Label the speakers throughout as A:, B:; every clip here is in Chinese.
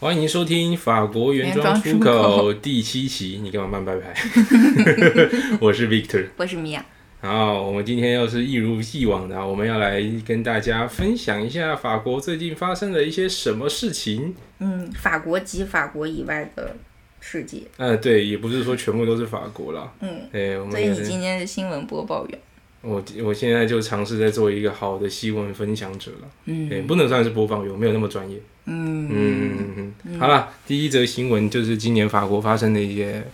A: 欢迎收听法国原装出
B: 原装出
A: 口
B: 口
A: 第七期。你干嘛慢半拍？ 我是 Victor。
B: 我是米娅，
A: 然后我们今天又是一如既往的啊，我们要来跟大家分享一下法国最近发生的一些什么事情。
B: 嗯，法国及法国以外的世界，
A: 嗯、对，也不是说全部都是法国啦。
B: 嗯，
A: 对，我
B: 所
A: 们
B: 以
A: 也
B: 你
A: 是。
B: 今天是新闻播报员，
A: 我我现在就尝试在做一个好的新闻分享者了。哎
B: 嗯
A: 对，不能算是播放员，我没有那么专业。
B: 嗯
A: 嗯，嗯嗯，好了，第一则新闻就是今年法国发生的一些，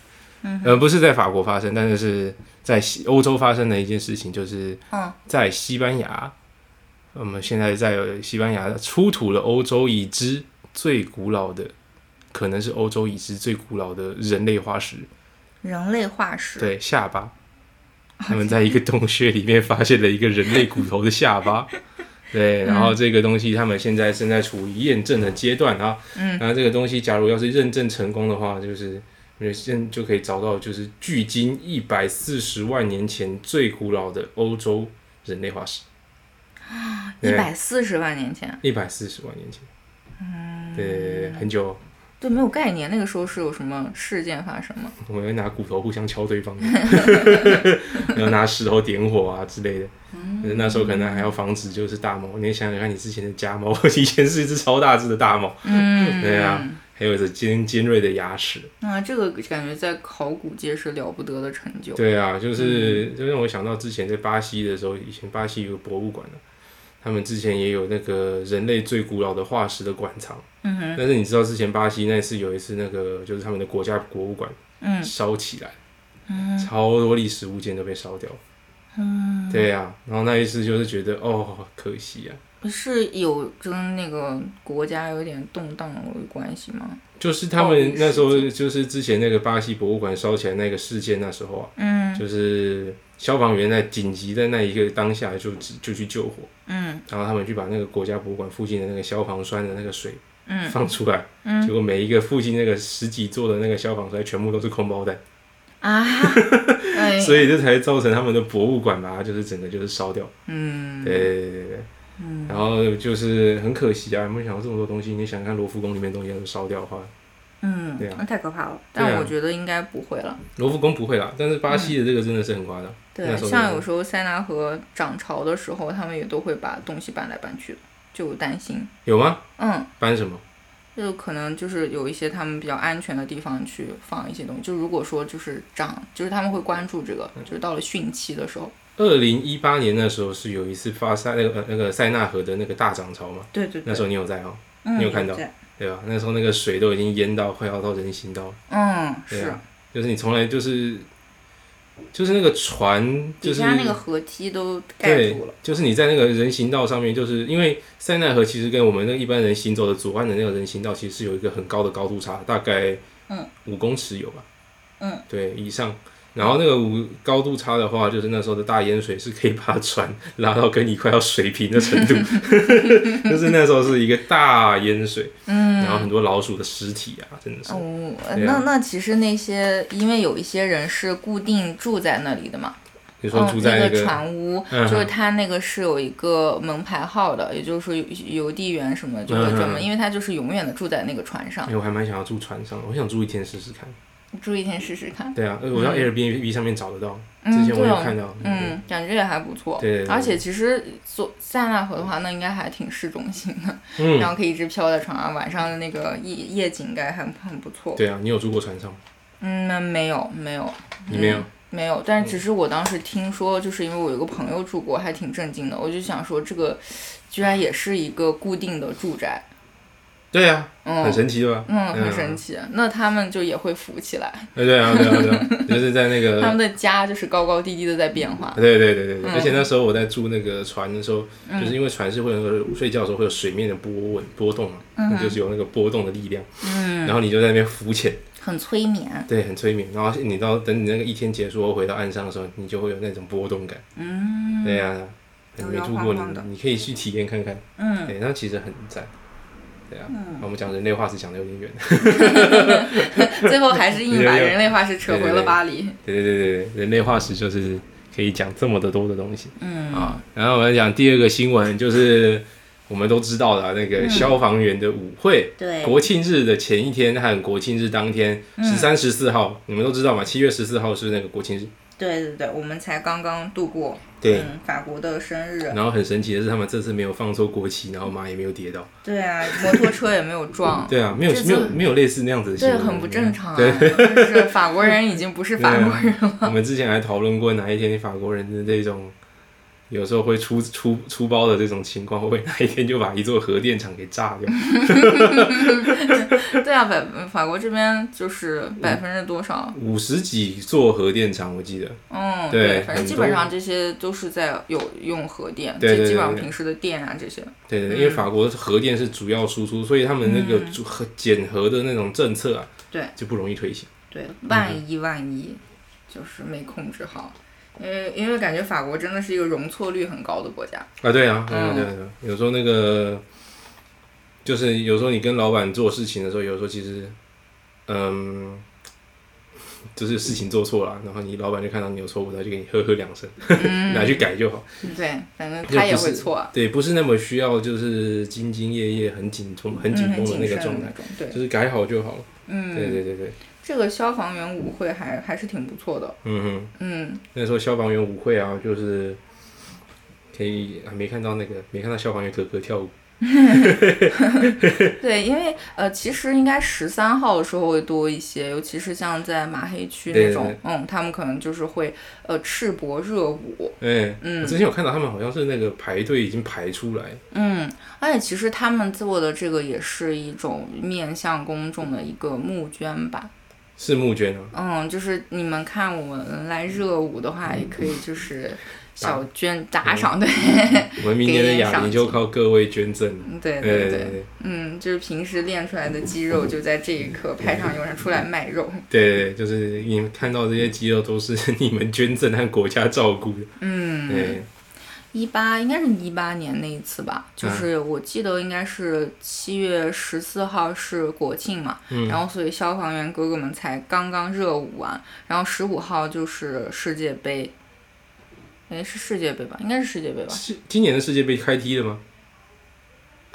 A: 呃，不是在法国发生，但是是在西欧洲发生的一件事情，就是
B: 嗯
A: 在西班牙，我们现在在西班牙出土了欧洲已知最古老的，可能是欧洲已知最古老的人类化石，
B: 人类化石，
A: 对，下巴。他们在一个洞穴里面发现了一个人类骨头的下巴，对，然后
B: 嗯
A: 这个东西他们现在正在处于验证的阶段啊。
B: 嗯，
A: 然后这个东西假如要是认证成功的话，就是因为现就可以找到就是距今一百四十万年前最古老的欧洲人类化石，
B: 啊一
A: 对
B: 百四十万年前，
A: 一百四十万年前。嗯，对，很久哦，
B: 对，没有概念，那个时候是有什么事件发 生吗？
A: 我们会拿骨头互相敲对 方，然后拿石头点火啊之类的。嗯、那时候可能还要防止就是大猫，你想想看你之前的家猫， 以前是一只超大只的大猫，
B: 嗯，
A: 对啊，还有着尖尖锐的牙齿。
B: 啊，这个感觉在考古界是了不得的成就，
A: 对啊，就是就让我想到之前在巴西的时候，以前巴西有个博物馆呢、他们之前也有那个人类最古老的化石的馆藏。
B: 嗯
A: 哼。但是你知道之前巴西那次有一次那个就是他们的国家博物馆
B: 嗯
A: 烧起来，嗯、超多历史物件都被烧掉。嗯。对啊，然后那一次就是觉得哦，可惜啊，
B: 是有跟那个国家有点动荡有关系吗？
A: 就是他
B: 暴力
A: 们那时候
B: 事
A: 就是之前那个巴西博物馆烧起来那个事件那时候啊，
B: 嗯
A: 就是消防员在紧急在那一个当下就就去救火。
B: 嗯
A: 然后他们去把那个国家博物馆附近的那个消防栓的那个水
B: 嗯，
A: 放出来，
B: 嗯
A: 结果每一个附近那个十几座的那个消防栓全部都是空包弹，
B: 啊， 哎，
A: 所以这才造成他们的博物馆吧，就是整个就是烧掉。
B: 嗯，
A: 对对对对对。然后就是很可惜啊，没想到这么多东西，你想想看罗浮宫里面的东西要是烧掉的话，
B: 嗯，
A: 对啊
B: 那太可怕了。
A: 对啊
B: 但我觉得应该不会了。
A: 罗浮宫不会啦，但是巴西的这个真的是很夸张。那
B: 对，
A: 时候
B: 像有时候塞纳河涨潮的时候，他们也都会把东西搬来搬去的，就担心。
A: 有吗？
B: 嗯，
A: 搬什么？
B: 就可能就是有一些他们比较安全的地方去放一些东西。就如果说就是涨，就是他们会关注这个，
A: 嗯
B: 就是到了汛期的时候。
A: 二零一八年那时候是有一次发塞那个呃那个塞纳河的那个大涨潮嘛，
B: 对对
A: 那时候你有在哦，
B: 嗯
A: 你有看到
B: 在
A: 对吧？那时候那个水都已经淹到快要到人行道了。
B: 嗯，
A: 对
B: 是
A: 啊，就是你从来就是就是那个船，就
B: 底
A: 是
B: 下那个河堤都盖
A: 对
B: 住了。，
A: 就是你在那个人行道上面，就是因为塞纳河其实跟我们那个一般人行走的左岸的那个人行道，其实是有一个很高的高度差，大概
B: 嗯
A: 五公尺有吧，
B: 嗯，
A: 对以上。然后那个五高度差的话，就是那时候的大淹水是可以把船拉到跟你快要水平的程度， 就是那时候是一个大淹水，
B: 嗯，
A: 然后很多老鼠的尸体啊，真的是，
B: 哦，
A: 对啊
B: 那那其实那些，因为有一些人是固定住在那里的嘛，
A: 你说住在
B: 嗯、那
A: 那
B: 个
A: 个
B: 船屋，
A: 嗯
B: 就是它那个是有一个门牌号的，也就是说邮邮递员什么就会专
A: 嗯
B: 门，因为他就是永远的住在那个船上
A: 哎、，我还蛮想要住船上的，我想住一天试试看。
B: 住一天试试看。
A: 对啊，呃我到 Airbnb 上面找得到，之
B: 嗯，
A: 前我
B: 对
A: 有
B: 哦，
A: 看到。
B: 嗯，感觉也还不错。
A: 对对对对
B: 而且其实坐塞纳河的话，那应该还挺市中心的，
A: 嗯，
B: 然后可以一直飘在船上，晚上的那个夜夜景应该很很不错。
A: 对啊，你有住过船上吗？
B: 嗯，那没有没有，
A: 你没有？
B: 没有，但是
A: 嗯
B: 只是我当时听说，就是因为我有一个朋友住过，还挺震惊的。我就想说，这个居然也是一个固定的住宅，
A: 对啊，很
B: 嗯
A: 神奇对吧？
B: 嗯，很
A: 奇。
B: 神奇。那他们就也会浮起来，
A: 哎对啊，对啊，对啊，就是在那个。
B: 他们的家就是高高低低的在变化。
A: 对对对对对，
B: 嗯
A: 而且那时候我在住那个船的时候，
B: 嗯
A: 就是因为船是会有那个睡觉的时候会有水面的波纹波动嘛，那就是有那个波动的力量，
B: 嗯，
A: 然后你就在那边浮潜，
B: 很催眠。
A: 对，很催眠。然后你到等你那个一天结束后回到岸上的时候，你就会有那种波动感。
B: 嗯
A: 对啊，你
B: 摇
A: 没
B: 摇
A: 住
B: 晃
A: 过，你
B: 晃的
A: 你可以去体验看看。
B: 嗯
A: 对，那其实很赞。对啊，
B: 嗯，
A: 我们讲人类化石讲的有点远。
B: 最后 还是硬把
A: 有有
B: 人类化石扯回了巴黎。
A: 对对对对对，人类化石就是可以讲这么的多的东西啊
B: 嗯
A: 啊。然后我们讲第二个新闻，就是我们都知道了，那
B: 嗯
A: 个消防员的舞会，
C: 对，
A: 国庆日的前一天和国庆日当天，
B: 嗯
A: 十三、十四号，你们都知道嘛？七月十四号是那个国庆日，
B: 对对对，我们才刚刚度过，
A: 对
B: 嗯，法国的生日，
A: 然后很神奇的是，他们这次没有放错国旗，然后马也没有跌倒。
B: 对啊，摩托车也没有撞，
A: 对啊，没有
C: 这次
A: 没有没有类似那样子的新
B: 这
A: 闻，
B: 很不正常 啊！
A: 对，
B: 就是法国人已经不是法国人了，
A: 我们之前还讨论过哪一天法国人的这种有时候会出出出包的这种情况，会不会哪一天就把一座核电厂给炸掉？
B: 对啊，百法国这边就是
A: 嗯
B: 百分之多少？
A: 五十几座核电厂，我记得。
B: 嗯，
A: 对
B: 反正基
A: 很多
B: 本上这些都是在有用核电，
A: 对对
B: 这基本上
A: 对对
B: 平时的电啊这些，
A: 对对，对因为法国核电是主要输出，所以他们那个主核减核的那种政策啊，
B: 嗯对，
A: 就不容易推行。
B: 对，
A: 嗯
B: 万一万一就是没控制好，因为因为感觉法国真的是一个容错率很高的国 家，
A: 啊，对啊，对啊，
B: 嗯
A: 对啊，对啊有时候那个就是有时候你跟老板做事情的时候，有时候其实，嗯， 就是事情做错了，然后你老板就看到你有错误，他就给你呵呵两声，
B: 嗯
A: 拿去改就好。
B: 对，反正
A: 就
B: 他也
A: 不是
B: 会错，
A: 对，不是那么需要就是兢兢业业、很紧绷、很紧
B: 嗯
A: 绷的那个
B: 谨慎的
A: 状态
B: 那，种，对，
A: 就是改好就好了。
B: 嗯，
A: 对对对对，
B: 这个消防员舞会还还是挺不错的，
A: 嗯哼，
B: 嗯，
A: 那时候消防员舞会啊，就是。可以啊，没看到那个，没看到消防员哥哥跳舞。
B: 对，因为呃，其实应该十三号的时候会多一些，尤其是像在马黑区
A: 对
B: 那
A: 对
B: 种，
A: 对
B: 嗯，他们可能就是会呃赤膊热舞，
A: 哎、我
B: 嗯
A: 之前有看到他们好像是那个排队已经排出来，
B: 嗯，而且其实他们做的这个也是一种面向公众的一个募捐吧，
A: 是募捐啊，
B: 嗯，就是你们看我们来热舞的话，也可以就是小捐打赏，对
A: 我们明年的哑
B: 给
A: 铃
B: 点赏金
A: 就靠各位捐赠。
B: 对
A: 对
B: 对对。
A: 对
B: 嗯，就是平时练出来的肌肉，就在这一刻派上用场，出来卖肉。
A: 对对，就是你们看到这些肌肉都是你们捐赠和国家照顾的。
B: 嗯，
A: 对，
B: 一八应该是一八年那一次吧，
A: 嗯
B: 就是我记得应该是七月十四号是国庆嘛，
A: 嗯
B: 然后所以消防员哥哥们才刚刚热舞完，然后十五号就是世界杯，哎是世界杯吧，应该是世界杯吧，
A: 是今年的世界杯开踢了吗？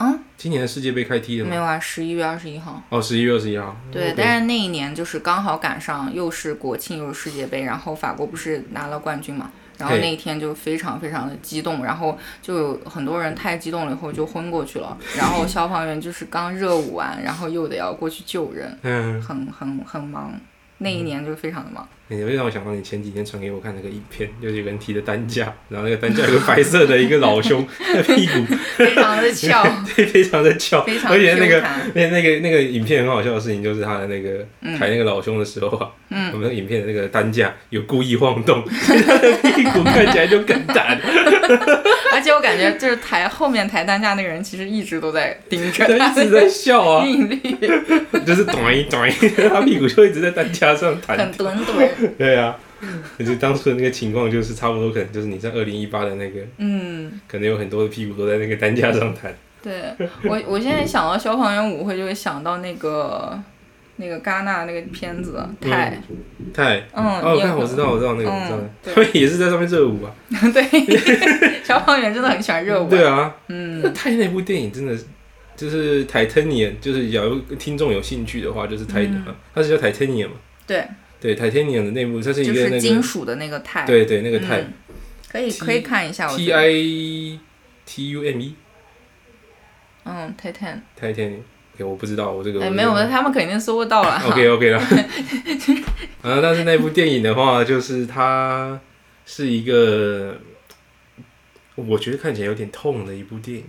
B: 嗯，
A: 今年的世界杯开踢了
B: 没
A: 吗？
B: 有啊，十一月二十一号。
A: 哦，十一月二十一号。
B: 对
A: OK
B: 但是那一年就是刚好赶上又是国庆又是世界杯，然后法国不是拿了冠军嘛，然后
A: 嘿
B: 那一天就非常非常的激动，然后就有很多人太激动了以后就昏过去了，然后消防员就是刚热 舞完，然后又得要过去救人，
A: 嗯，
B: 很很很忙，那一年就非常的忙。
A: 你会让我想到你前几天传给我看那个影片，就是有个人提着担架，然后那个担架有个白色的一个老兄， 那屁股
B: 非常 的翘，
A: 对非常的翘，
B: 非常
A: 而且那个
B: Q 弹。
A: 那那个那个影片很好笑的事情，就是他的那个
B: 嗯
A: 抬那个老兄的时候啊，
B: 嗯
A: 我们那个影片的那个担架有故意晃动， 所以他的屁股看起来就更大 的，
B: 而且我感觉就是抬后面抬担架那个人，其实一直都在盯着
A: 他
B: 他
A: 一直在笑啊，
B: 韵律，
A: 就是短一短一，他屁股就一直在担架上弹
B: 很。蹲蹲。
A: 对啊，就是当初的那个情况，就是差不多，可能就是你在二零一八的那个，
B: 嗯。
A: 可能有很多的屁股都在那个担架上弹。
B: 对我，我现在想到消防员舞会，就会想到那个那个戛纳那个片子泰，
A: 太，
B: 嗯，
A: 嗯哦，
B: 也
A: 看我知道，我知道那个，我知道
B: 嗯，
A: 他们也是在上面热舞啊。
B: 对， 消防员真的很喜欢热舞，
A: 对啊，那
B: 嗯，
A: 泰那部电影真的是就是《Titanium》，就是有听众有兴趣的话，就是泰、
B: 嗯
A: 它是叫《Titanium》嘛？
B: 对
A: 对，《Titanium》的那部，它是一
B: 就
A: 个那
B: 是金
A: 个
B: 属的那个泰，
A: 对对那个泰、
B: 嗯，可以
A: T-
B: 可以看一下，我
A: T
B: 觉得，
A: I T U M E
B: 嗯，Titan，
A: Titanium。OK，我不知道，我这个
B: 哎，没有，他们肯定搜得到了，
A: OK OK 了。 啊，但是那部电影的话，就是它是一个，我觉得看起来有点痛的一部电影。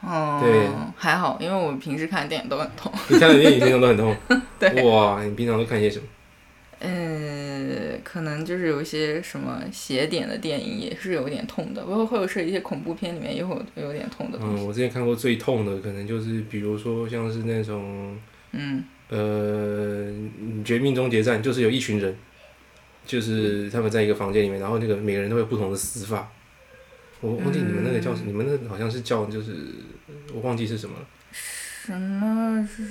B: 哦，
A: 对，
B: 还好，因为我平时看电影都很痛，，
A: 你看的电影平常都很痛
B: 对
A: 哇，你平常都看些什么？
B: 嗯，可能就是有一些什么邪点的电影也是有点痛的，包括或者是一些恐怖片里面也会有有点痛的东西，
A: 嗯，我之前看过最痛的，可能就是比如说像是那种
B: 嗯
A: 呃《绝命终结战》，就是有一群人，就是他们在一个房间里面，然后那个每个人都有不同的死法。
B: 嗯
A: 我忘记你们那个叫什么，你们那个好像是叫就是我忘记是什么了。
B: 什么是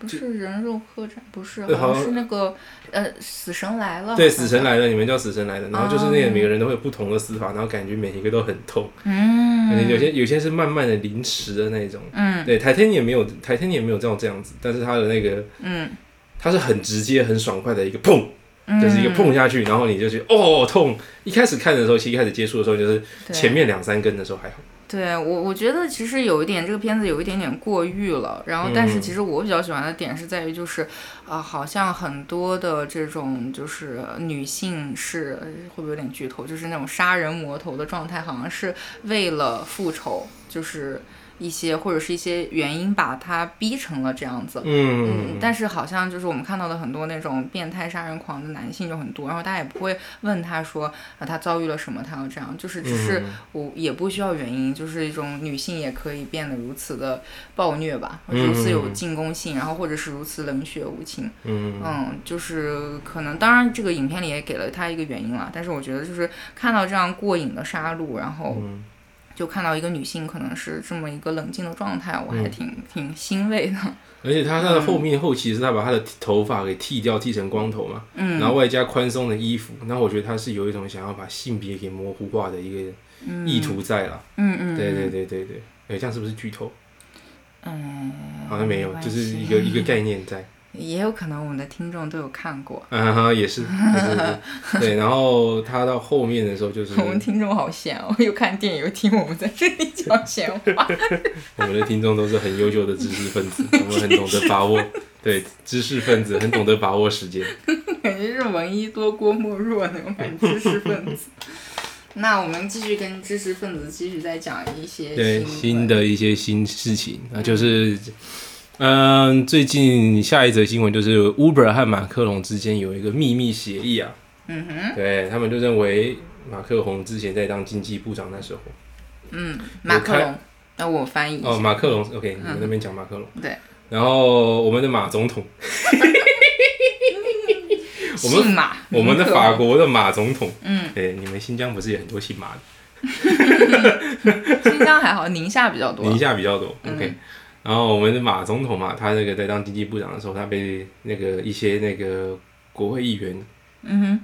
B: 不是人肉客栈？不是，
A: 对
B: 好
A: 好
B: 像
A: 像
B: 是那个呃，死神来了。
A: 对，
B: 好像
A: 死神。来了，你们叫死神来了，然后就是那
B: 哦
A: 个每个人都会有不同的死法，然后感觉每一个都很痛，可能
B: 嗯，
A: 有些有些是慢慢的凌迟的那种，
B: 嗯
A: 对，台天也没有台天也没有这样这样子，但是他的那个
B: 嗯
A: 他是很直接很爽快的一个砰，
B: 嗯，
A: 就是一个碰下去，然后你就觉得哦痛。一开始看的时候，其实一开始接触的时候，就是
B: 对
A: 前面两三根的时候还好，
B: 对我，我觉得其实有一点这个片子有一点点过誉了。然后，但是其实我比较喜欢的点是在于，就是啊、好像很多的这种就是女性是会不会有点剧透？就是那种杀人魔头的状态，好像是为了复仇，就是一些或者是一些原因把她逼成了这样子。嗯，
A: 嗯，
B: 但是好像就是我们看到的很多那种变态杀人狂的男性就很多，然后大家也不会问他说啊他遭遇了什么，他要这样，就是只是我也不需要原因，就是一种女性也可以变得如此的暴虐吧，
A: 嗯
B: 如此有进攻性，然后或者是如此冷血无情，
A: 嗯
B: 嗯，就是可能当然这个影片里也给了他一个原因啦，但是我觉得就是看到这样过瘾的杀戮，然后
A: 嗯
B: 就看到一个女性可能是这么一个冷静的状态，我
A: 嗯
B: 还挺、挺欣慰的，
A: 而且他他的后面后期是他把他的头发给剃掉，剃成光头嘛，
B: 嗯，
A: 然后外加宽松的衣服，那我觉得他是有一种想要把性别给模糊化的一个意图在啦。
B: 嗯嗯，
A: 对对对对对，哎，这样是不是剧透？
B: 嗯，
A: 好像没有，
B: 关
A: 就
B: 系
A: 是一个一个概念 在。
B: 也有可能我们的听众都有看过，
A: 嗯哼，也是，也是也是对。然后他到后面的时候，就是
B: 我们听众好闲哦，又看电影又听我们在这里讲闲话。
A: 我们的听众都是很优秀的知识分子，我们很懂得把握，对知识分子很懂得把握时间。
B: 感觉是闻一多郭沫若那种感觉，知识分子。那我们继续跟知识分子继续再讲一些
A: 对
B: 闻
A: 新的一些新事情，那就是，嗯，最近下一则新闻就是 Uber 和马克龙之间有一个秘密协议啊，
B: 嗯哼，
A: 对他们就认为马克龙之前在当经济部长那时候，
B: 嗯，马克龙，那我翻译一下，
A: 哦，马克龙，OK，你们那边讲马克龙，
B: 对，
A: 然后我们的马总统，我们
B: 姓马，
A: 我 们的
B: 马克龙
A: 法，国的马总统，
B: 嗯，
A: 对，你们新疆不是也很多姓马的？
B: 新疆还好，宁夏比较多
A: 宁，夏比较多。OK，、然
B: 嗯
A: 后我们的马总统嘛，他那个在当经济部长的时候，他被那个一些那个国会议员
B: 嗯哼，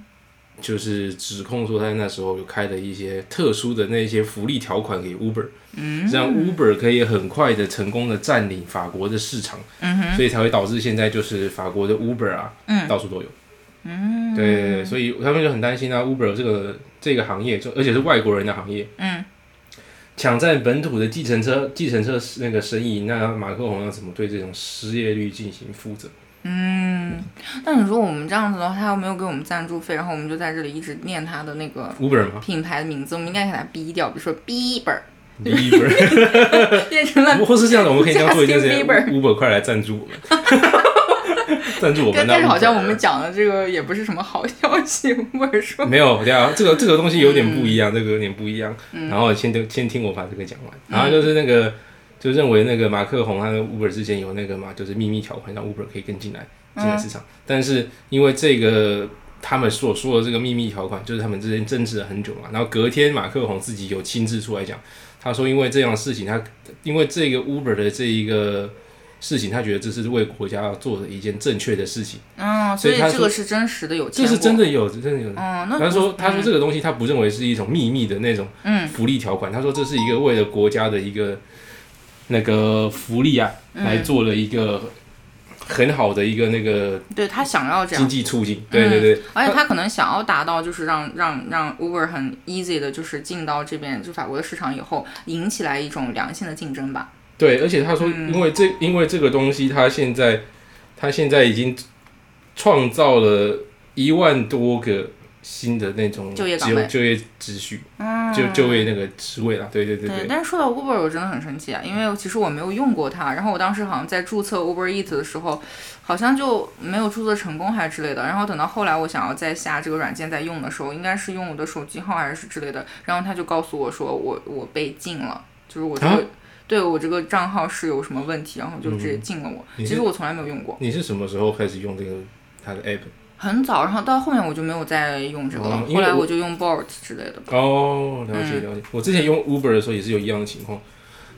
A: 就是指控说，他那时候有开了一些特殊的那些福利条款给 Uber，
B: 嗯
A: 让 Uber 可以很快的成功的占领法国的市场，
B: 嗯哼，
A: 所以才会导致现在就是法国的 Uber 啊，
B: 嗯
A: 到处都有。
B: 嗯，
A: 对对对，所以他们就很担心啊，Uber 这个这个行业，就而且是外国人的行业，
B: 嗯
A: 抢占本土的计程车计程车那个生意，那马克宏要怎么对这种失业率进行负责？
B: 嗯，那你说我们这样子的话，他又没有给我们赞助费，然后我们就在这里一直念他的那个
A: Uber 吗
B: 品牌的名字，我们应该给他逼掉，比如说 Bieber，
A: ？Uber，
B: 变成了
A: 或是这样的，我们可以这样做一件事
B: Justin Bieber
A: ，Uber 快来赞助我们， 赞助我们。
B: 但但是
A: 那 Uber
B: 好像我们讲的这个也不是什么好消息，或者 说，
A: 没有，对啊，这个这个东西有点不一样，这个有点不一样。然后先听先听我把这个讲完，然后就是那个。就认为那个马克宏和 Uber 之间有那个嘛，就是秘密条款，让 Uber 可以跟进来进来市场。但是因为这个他们所说的这个秘密条款，就是他们之间争执了很久嘛。然后隔天马克宏自己有亲自出来讲，他说因为这样的事情，他因为这个 Uber 的这一个事情，他觉得这是为国家做的一件正确的事情，
B: 嗯，
A: 所
B: 所
A: 以
B: 以
A: 他
B: 这个是真实的，有
A: 这
B: 签
A: 是
B: 过，
A: 真的有，真的有。
B: 嗯，那
A: 他说：“他说
B: 嗯
A: 这个东西他不认为是一种秘密的那种
B: 嗯
A: 福利条款，他说这是一个为了国家的一个那个福利啊，
B: 嗯
A: 来做了一个很好的一个那个
B: 对他想要这
A: 经
B: 样，
A: 济促进。对对对，
B: 而且他可能想要达到就是让让让 Uber 很 easy 的，就是进到这边就法国的市场以后，引起来一种良性的竞争吧。
A: 对，而且他说，
B: 嗯
A: 因为这因为这个东西，他现在他现在已经创造了一万多个新的那种
B: 就业岗
A: 就
B: 位嗯
A: 就业秩序，就就业那个职位啦。对对对
B: 但是说到 Uber，我真的很生气啊，因为其实我没有用过它，然后我当时好像在注册 Uber Eats 的时候，好像就没有注册成功还是之类的。然后等到后来我想要再下这个软件再用的时候，应该是用我的手机号还是之类的，然后他就告诉我说我我被禁了，就是我这个、
A: 啊嗯
B: 对我这个账号是有什么问题，然后就直接禁了我。
A: 你
B: 其
A: 是
B: 实我从来没有用过，
A: 你是什么时候开始用这个他的 app？
B: 很早，然后到后面我就没有再用这个了
A: 哦。因
B: 后
A: 为
B: 来
A: 我
B: 我就用 Bolt 之类的。嗯
A: 哦，了解了解。我之前用 Uber 的时候也是有一样的情况，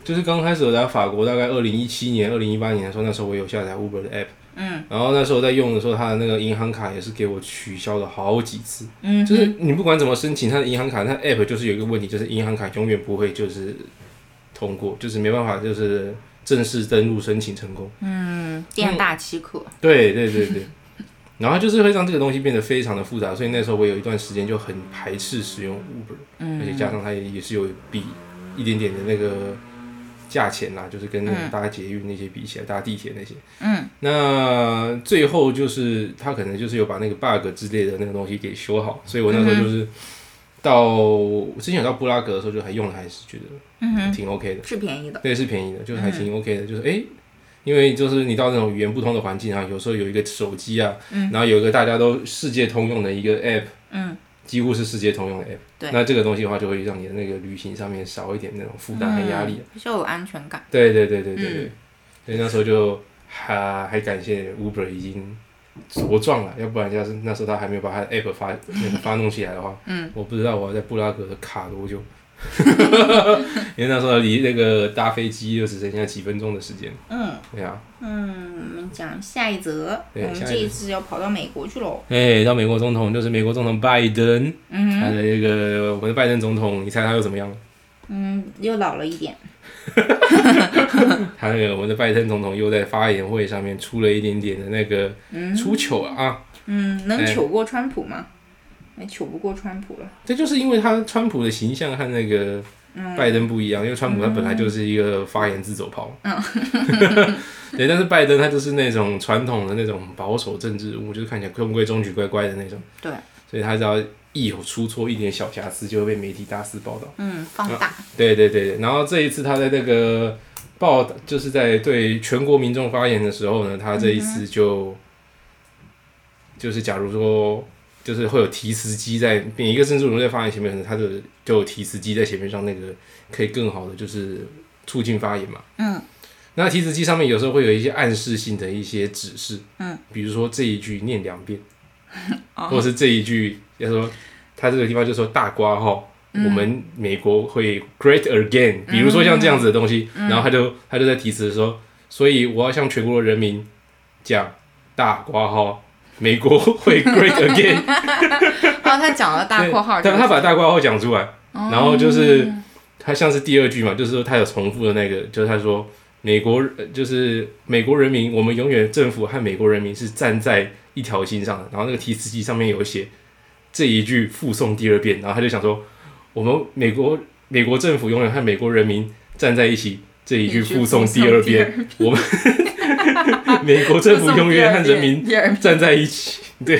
A: 就是刚开始我在法国，大概二零一七年、二零一八年的时候，那时候我有下载 Uber 的 app，
B: 嗯
A: 然后那时候在用的时候，它的那个银行卡也是给我取消了好几次。
B: 嗯，
A: 就是你不管怎么申请它的银行卡，它 app 就是有一个问题，就是银行卡永远不会就是通过，就是没办法就是正式登录申请成功。
B: 嗯，店大欺客，
A: 对对对对，然后就是会让这个东西变得非常的复杂，所以那时候我有一段时间就很排斥使用 Uber，、而且
B: 嗯
A: 加上它也也是有比一点点的那个价钱啦，就是跟那种搭捷运那些比起来，搭地铁那些，
B: 嗯
A: 那最后就是他可能就是有把那个 bug 之类的那个东西给修好，所以我那
B: 嗯
A: 时候就是到、之前有到布拉格的时候就还用了，还是觉得
B: 嗯哼，
A: 挺 OK 的，
B: 是便宜的，
A: 对，是便宜的，就是还挺 OK 的，就是诶，因为就是你到那种语言不通的环境啊，有时候有一个手机啊，
B: 嗯
A: 然后有一个大家都世界通用的一个 app，
B: 嗯
A: 几乎是世界通用的 app，
B: 对
A: 那这个东西的话就会让你的那个旅行上面少一点那种负担和压力，
B: 嗯比较有安全感，
A: 对对对对对对，
B: 嗯
A: 所以那时候就还还感谢 Uber 已经茁壮了，要不然要是那时候他还没有把他的 app 发那个发弄起来的话，
B: 嗯，
A: 我不知道我要在布拉格的卡多 久，因为那时候离那个搭飞机就只剩下几分钟的时间，
B: 嗯
A: 对啊，
B: 嗯，我们讲下一则，我
A: 对
B: 们
A: 下一则
B: 这一次要跑到美国去喽，
A: 哎，到美国总统就是美国总统拜登，
B: 嗯
A: 他的那个我们的拜登总统，你猜他又怎么样？
B: 嗯，又老了一点，
A: 他那个我们的拜登总统又在发言会上面出了一点点的那个
B: 嗯
A: 出糗啊。
B: 嗯，能
A: 哎
B: 糗过川普吗？哎，糗不过川普了，
A: 这就是因为他川普的形象和那个
B: 嗯
A: 拜登不一样，因为川普他本来就是一个发言自走炮，
B: 嗯
A: 对，但是拜登他就是那种传统的那种保守政治人物，就是看起来中规中矩、乖乖的那种，
B: 对，
A: 所以他只要一有出错、一点小瑕疵，就会被媒体大肆报道。
B: 嗯，放
A: 啊
B: 大，
A: 对对对对，然后这一次他在那个报，就是在对全国民众发言的时候呢，他这一
B: 嗯
A: 次就、就是假如说就是会有提词机在每一个政治人物在发言前面，可能他的就有提词机在前面，让那个可以更好的就是促进发言嘛。
B: 嗯
A: 那提词机上面有时候会有一些暗示性的一些指示，
B: 嗯，
A: 比如说这一句念两遍，
B: 哦
A: 或者是这一句，要说他这个地方就说大瓜哈，
B: 嗯
A: 我们美国会 great again，比如说像这样子的东西，
B: 嗯
A: 然后他就他就在提词说，所以我要向全国人民讲大瓜哈，美国 会 great again，
B: 然后哦他讲了大括号，
A: 但他把大瓜哈讲出来，
B: 哦
A: 然后就是他像是第二句嘛，就是说他有重复的那个，就是他说美国呃就是美国人民，我们永远政府和美国人民是站在一条心上的。然后那个提词机上面有写这一句附送第二遍，然后他就想说我们美国美国政府永远和美国人民站在一起。这一句附送第二遍，我们 美国政 府永远和人民
B: 第二遍
A: 站在一起， 对，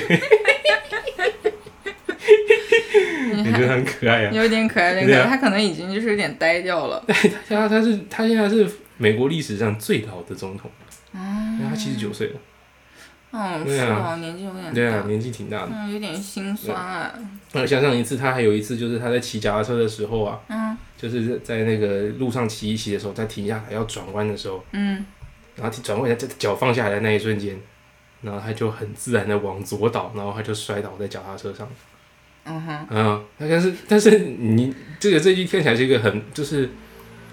A: 你觉得很可爱啊？
B: 有点可爱，有点
A: 对
B: 可
A: 啊
B: 爱，他可能已经就是有点呆掉 了。
A: 他他是他现在是美国历史上最老的总统，因为他七十九岁了，
B: 嗯，
A: 对
B: 是
A: 啊
B: 哦，年纪有点
A: 对啊，
B: 大，
A: 年纪挺大的。
B: 嗯，有点心酸啊。
A: 那像上一次他还有一次就是他在骑脚踏车的时候啊，
B: 嗯
A: 就是在那个路上骑一骑的时候，他停下来要转弯的时候，
B: 嗯
A: 然后转弯他脚放下来的那一瞬间，然后他就很自然的往左倒，然后他就摔倒在脚踏车上。
B: 嗯哼，
A: 嗯，那但是但是你这个这句看起来是一个很就是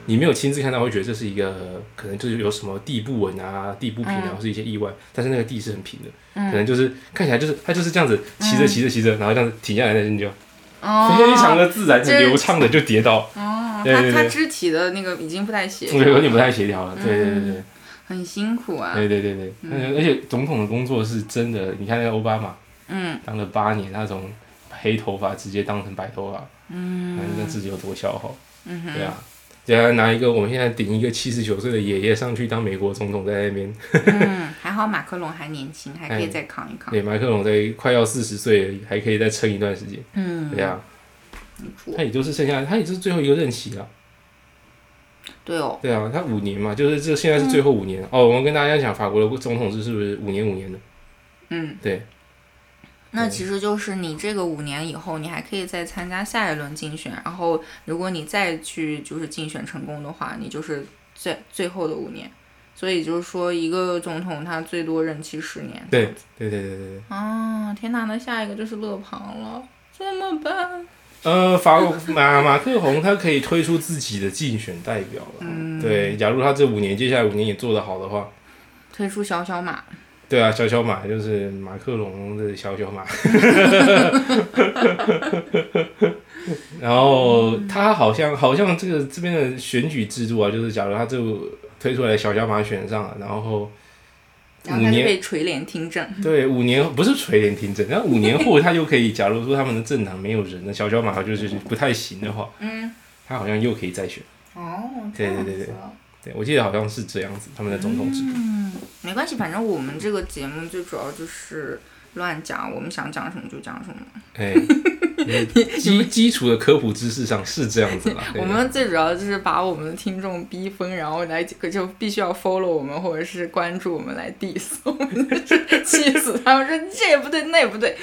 A: 你没有亲自看到，会觉得这是一个可能就是有什么地不稳啊、地不平啊，
B: 嗯
A: 或是一些意外，但是那个地是很平的，
B: 嗯
A: 可能就是看起来就是它就是这样子骑着骑着骑着，然后这样子停下来，那你就
B: 哦，
A: 非常的自然、
B: 这
A: 很流畅的就跌倒，
B: 哦，
A: 对
B: 他
A: 对
B: 他
A: 对
B: 肢体的那个已经不太协
A: 对，有
B: 调，
A: 点不太协调了。对对对对
B: 很辛苦啊。
A: 对对对对，而且总统的工作是真的，你看那个奥巴马
B: 嗯
A: 当了八年，他从黑头发直接当成白头发，嗯，那自己有多消耗。
B: 嗯哼，
A: 对啊，人家拿一个我们现在顶一个七十九岁的爷爷上去当美国总统，在那边，
B: 嗯，还好马克龙还年轻，还可以
A: 哎
B: 再扛一扛。
A: 对，马克龙在快要四十岁了，还可以再撑一段时间。
B: 嗯，
A: 对啊，
B: 没错
A: 他也就是剩下，他也就是最后一个任期了。
B: 对哦，
A: 对啊，他五年嘛，就是这现在是最后五年、哦。我们跟大家讲，法国的总统制是不是五年五年的？
B: 嗯，
A: 对。
B: 那
A: 对
B: 其实就是你这个五年以后，你还可以再参加下一轮竞选，然后如果你再去就是竞选成功的话，你就是最最后的五年。所以就是说，一个总统他最多任期十年。
A: 对对对对对对。
B: 啊，天哪，那下一个就是勒庞了，怎么办？
A: 呃，法国马马克宏他可以推出自己的竞选代表了。
B: 嗯
A: 对，假如他这五年接下来五年也做得好的话，
B: 推出小小马，
A: 对啊，小小马就是马克龙的小小马。 然后他好像好像这个这边的选举制度啊，就是假如他这推出来小小马选上了，然后
B: 然
A: 五
B: 后他就
A: 年
B: 被垂帘听政。
A: 对，五年不是垂帘听政，那五年后他又可以，假如说他们的政党没有人了，小小马就是不太行的话，
B: 嗯，
A: 他好像又可以再选。
B: 哦，
A: 对对对对对，我记得好像是这样子，他们的总统制度。
B: 没关系，反正我们这个节目最主要就是乱讲，我们想讲什么就讲什么。
A: 哎、 基基础的科普知识上是这样子啦。对
B: 我们最主要就是把我们的听众逼疯，然后来就必须要 follow 我们或者是关注我们来 diss 我们，就是气死他们说这也不对那也 不对，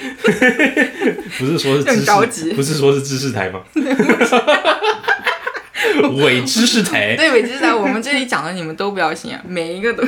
A: 不是说是知
B: 很着急
A: 识，不是说是知识台 吗？伪知识台
B: 对伪知识台我们这里讲的你们都不要信，啊每一个 都